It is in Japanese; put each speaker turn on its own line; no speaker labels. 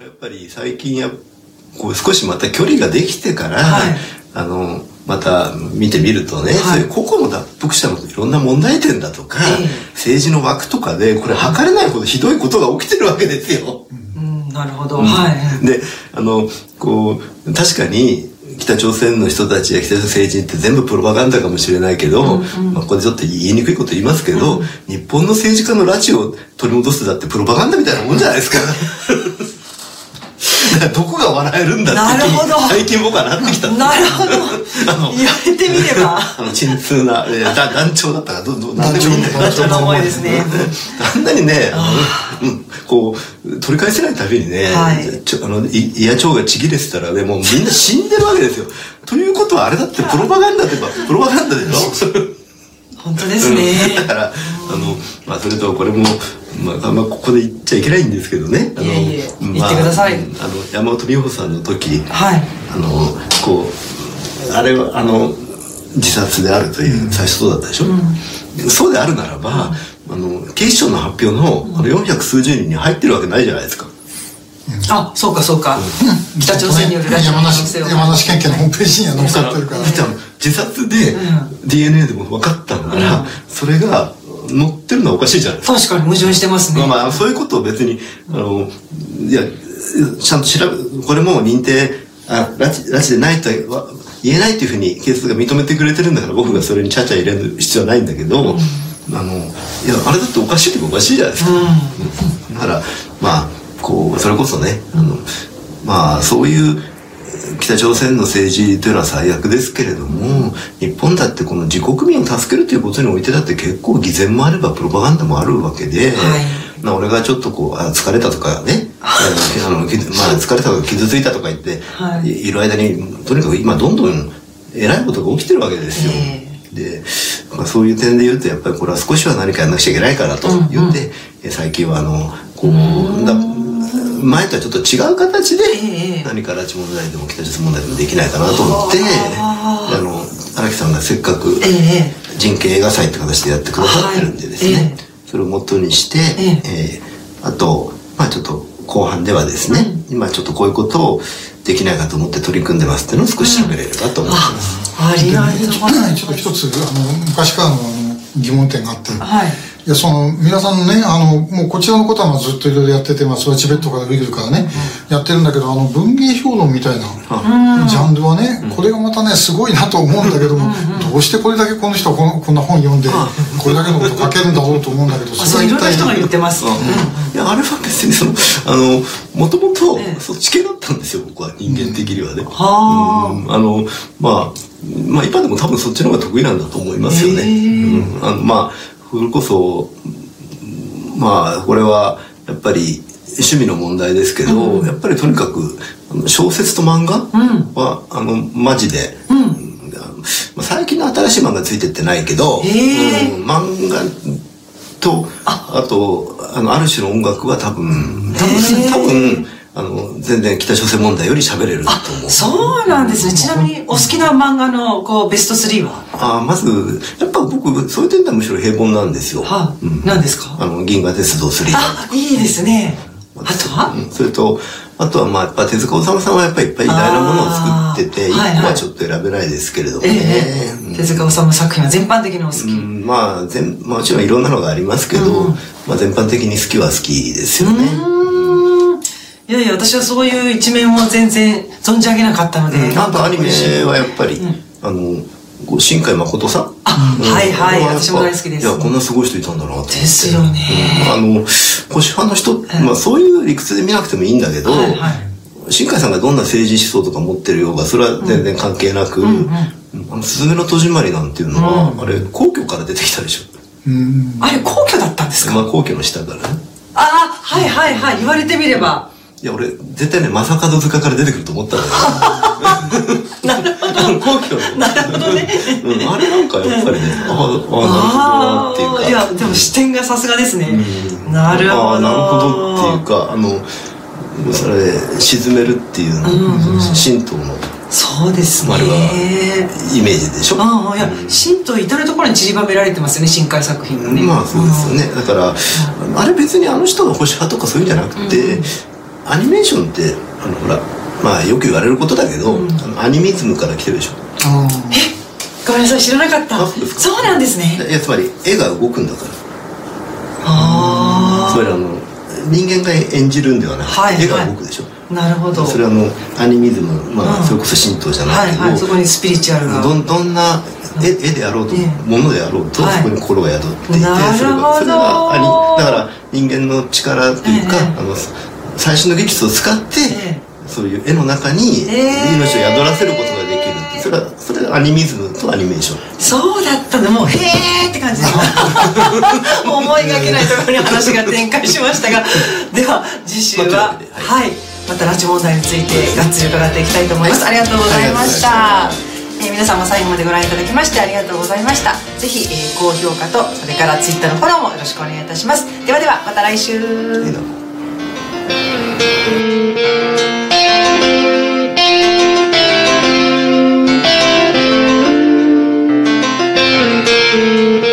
やっぱり最近やこう少しまた距離ができてから、
はい
あのまた見てみるとね、
は
そう
い
いう個々の脱北者のいろんな問題点だとか、
ええ
政治の枠とかでこれ測れないほどひどいことが起きてるわけですよ。
うん、なるほど。 はい。
であのこう確かに北朝鮮の人たちや北朝鮮の政治って全部プロパガンダかもしれないけど、
うんうん
まあ、これちょっと言いにくいこと言いますけど、日本の政治家の拉致を取り戻すだってプロパガンダみたいなもんじゃないです か。だからどこが笑えるんだって気に
なるほど
最近僕はなってき たんです
なるほど
あの。
言われてみれ ば。
あの沈痛な、えー、だ団長だったからどどどうでもいいんだけど
団長の思いですね。
あんなにね、あの、うん、こう、取り返せないたびにね、
はい
ちょあの、い胃や腸がちぎれてたらね、もうみんな死んでるわけですよ。ということはあれだってプロパガンダってば、プロパガンダでしょ
本当ですね。
うんだから、あの、まあ、それとこれも、まあ、あんまここで言っちゃいけないんですけどね。あの
いえいえ
うん
言ってください
まあ、あの、山本美穂さんの時、
はい。
あのこうあれはあの自殺であるという最初そうだったでしょ、そうであるならば、あの警視庁の発表のあの400数十人に入ってるわけないじゃないですか、
あ、そうかそうか。北朝鮮による拉致の可
山
能性
梨
を。
山梨県警のホームページには載っ
だか
かっ
ら
てるから
じゃあ自殺で
う
DNA でも分かったんなら、
うん
それが載ってるのはおかしいじゃないですか、
確かに矛盾してますね。
まあまあそういうことを別にあのいやちゃんと調べこれも認定あ拉致拉致でないとは言えないというふうに警察が認めてくれてるんだから僕がそれにちゃちゃ入れる必要はないんだけど、あのいやあれだっておかしいっておかしいじゃないですか、だからまあこうそれこそねあのまあそういう北朝鮮の政治というのは最悪ですけれども日本だってこの自国民を助けるということにおいてだって結構偽善もあればプロパガンダもあるわけで、
はい
まあ俺がちょっとこうあ疲れたとか ねあのきまあ、疲れたとか傷ついたとか言って、
はい
い、る間にとにかく今どんどん偉いことが起きてるわけですよ。
え
で、まあ、そういう点で言うとやっぱりこれは少しは何かやんなくちゃいけないからと
うん
言って、え最近はあのこうだ前とはちょっと違う形で
ええ
何か拉致問題でも北朝鮮問題でもできないかなと思って、
あー
あの荒木さんがせっかく
ええ
人権映画祭って形でやってくださってるんでですね、
はいえ
それを元にして、
え
えーあとまあちょっと後半ではですね、今ちょっとこういうことをできないかと思って取り組んでますっていうのを少し喋れればと思って
あ
ます。、
ありがとうございます。
ちょっと一つあの昔からのあの疑問点があって、
はい。
いや、その、皆さんね、あの、もうこちらのことはまあずっといろいろやってて、まあ、それはチベットからウイグルからね、やってるんだけど、あの、文芸評論みたいな、ジャンルはね、これがまたね、すごいなと思うんだけども、どうしてこれだけこの人はこのこんな本読んで、これだけのこと書けるんだろうと思うんだけど、
あ、そういろんな人が言って
ま
ます。
いやあれは別にそのあのもともと
ええ
そっち系だったんですよ僕は人間的にはね。
は
うん
あ
あのまあまあ今でも多分そっちの方が得意なんだと思いますよね。
へえ
うんあのまあそれこそまあこれはやっぱり趣味の問題ですけど、やっぱりとにかくあの小説と漫画は、あのマジで、うんあのまあ最近の新しい漫画ついてってないけど、
へえ
うん漫画とあとあのある種の音楽は多分多
へ
分
え
多分あの全然北朝鮮問題より喋れると
あ
思う。、
そうなんですね。ちなみに、お好きな漫画の、こう、ベスト3は
あまずやっぱ僕そういう点ではむしろ平凡なんですよ。
は
うん
何ですか
あの銀河鉄道3。
あ、いいですね。あとは
うんそれとあとはまあやっぱ手塚治虫さんはやっぱりいっぱい偉大なものを作ってて
あー
一個
はいはい
はちょっと選べないですけれども
え
ね、
え。手塚治虫作品は全般的にお好
う
き。
ん、まあ全もちろんいろんなのがありますけど、まあ、全般的に好きは好きですよね、
いやいや、私はそういう一面を全然存じ上げなかったので。
あとアニメはやっぱり、あのこう新海誠さん
あ
うん
はいはい
これやっぱ
私も大好きです
いやこんなすごい人いたんだなと思って
ですよね
うんあの腰派の人、まあ、そういう理屈で見なくてもいいんだけど、
はいはい
新海さんがどんな政治思想とか持ってるようがそれは全然関係なく「あのすずめの戸締まり」なんていうのは、あれ皇居から出てきたでしょ、
あれ、皇居だったんですか
まあ、皇居の下からね
ああ、はいはいはい。言われてみれば。
いや俺絶対ね正門塚から出てくると思ったんだ けど皇居の
なるほどね。
うんあれなんかやっぱりね、ああ、ああなるほどなって
い
いうか。
や、でも視点がさすがですね。なる
あ
ほど。
あなるほどっていうか、あの、それ沈めるっていうの、神道の
そうですね。
あれはイメージでしょ。
ああいや神道至る所に散りばめられてますよね深海作品がね
まあそうですよね。だから、あれ別にあの人が保守派とかそういうんじゃなくて、アニメーションってあのほらまあよく言われることだけど、あのアニミズムから来てるでしょ
あ
えごめんなさい知らなかった
あそうですか
そうなんですね
いやつまり絵が動くんだからつ
あ
まりあの人間が演じるんではなくて、
はいはい
絵が動くでしょ
あなるほど
それはあのアニミズム、まあ
うん
それこそ神道じゃない
はい
けど、
はいそこにスピリチュアルが
どんどんな絵絵であろうと、
ええ
ものであろうと、
はい
そこに心が宿っていてそれ
なるほど
がそれがありだから人間の力っていうか、
ええ
あの最新の技術を使って、
え
そういう絵の中に命を
え
宿
え
らせることができるってそれはそれがアニミズムとアニメーション
そうだったのもうへーって 感じでもう思いがけないところに話が展開しまし たがでは次週は
まあというわけで
はい、また拉致問題についてがっつり伺っていきたいと思います、
はい
ありがとうございました
ありがとうございま
えー皆さんも最後までご覧いただきましてありがとうございましたぜひ、えー高評価とそれからツイッターのフォローもよろしくお願いいたしますではではまた来週、
っていうのは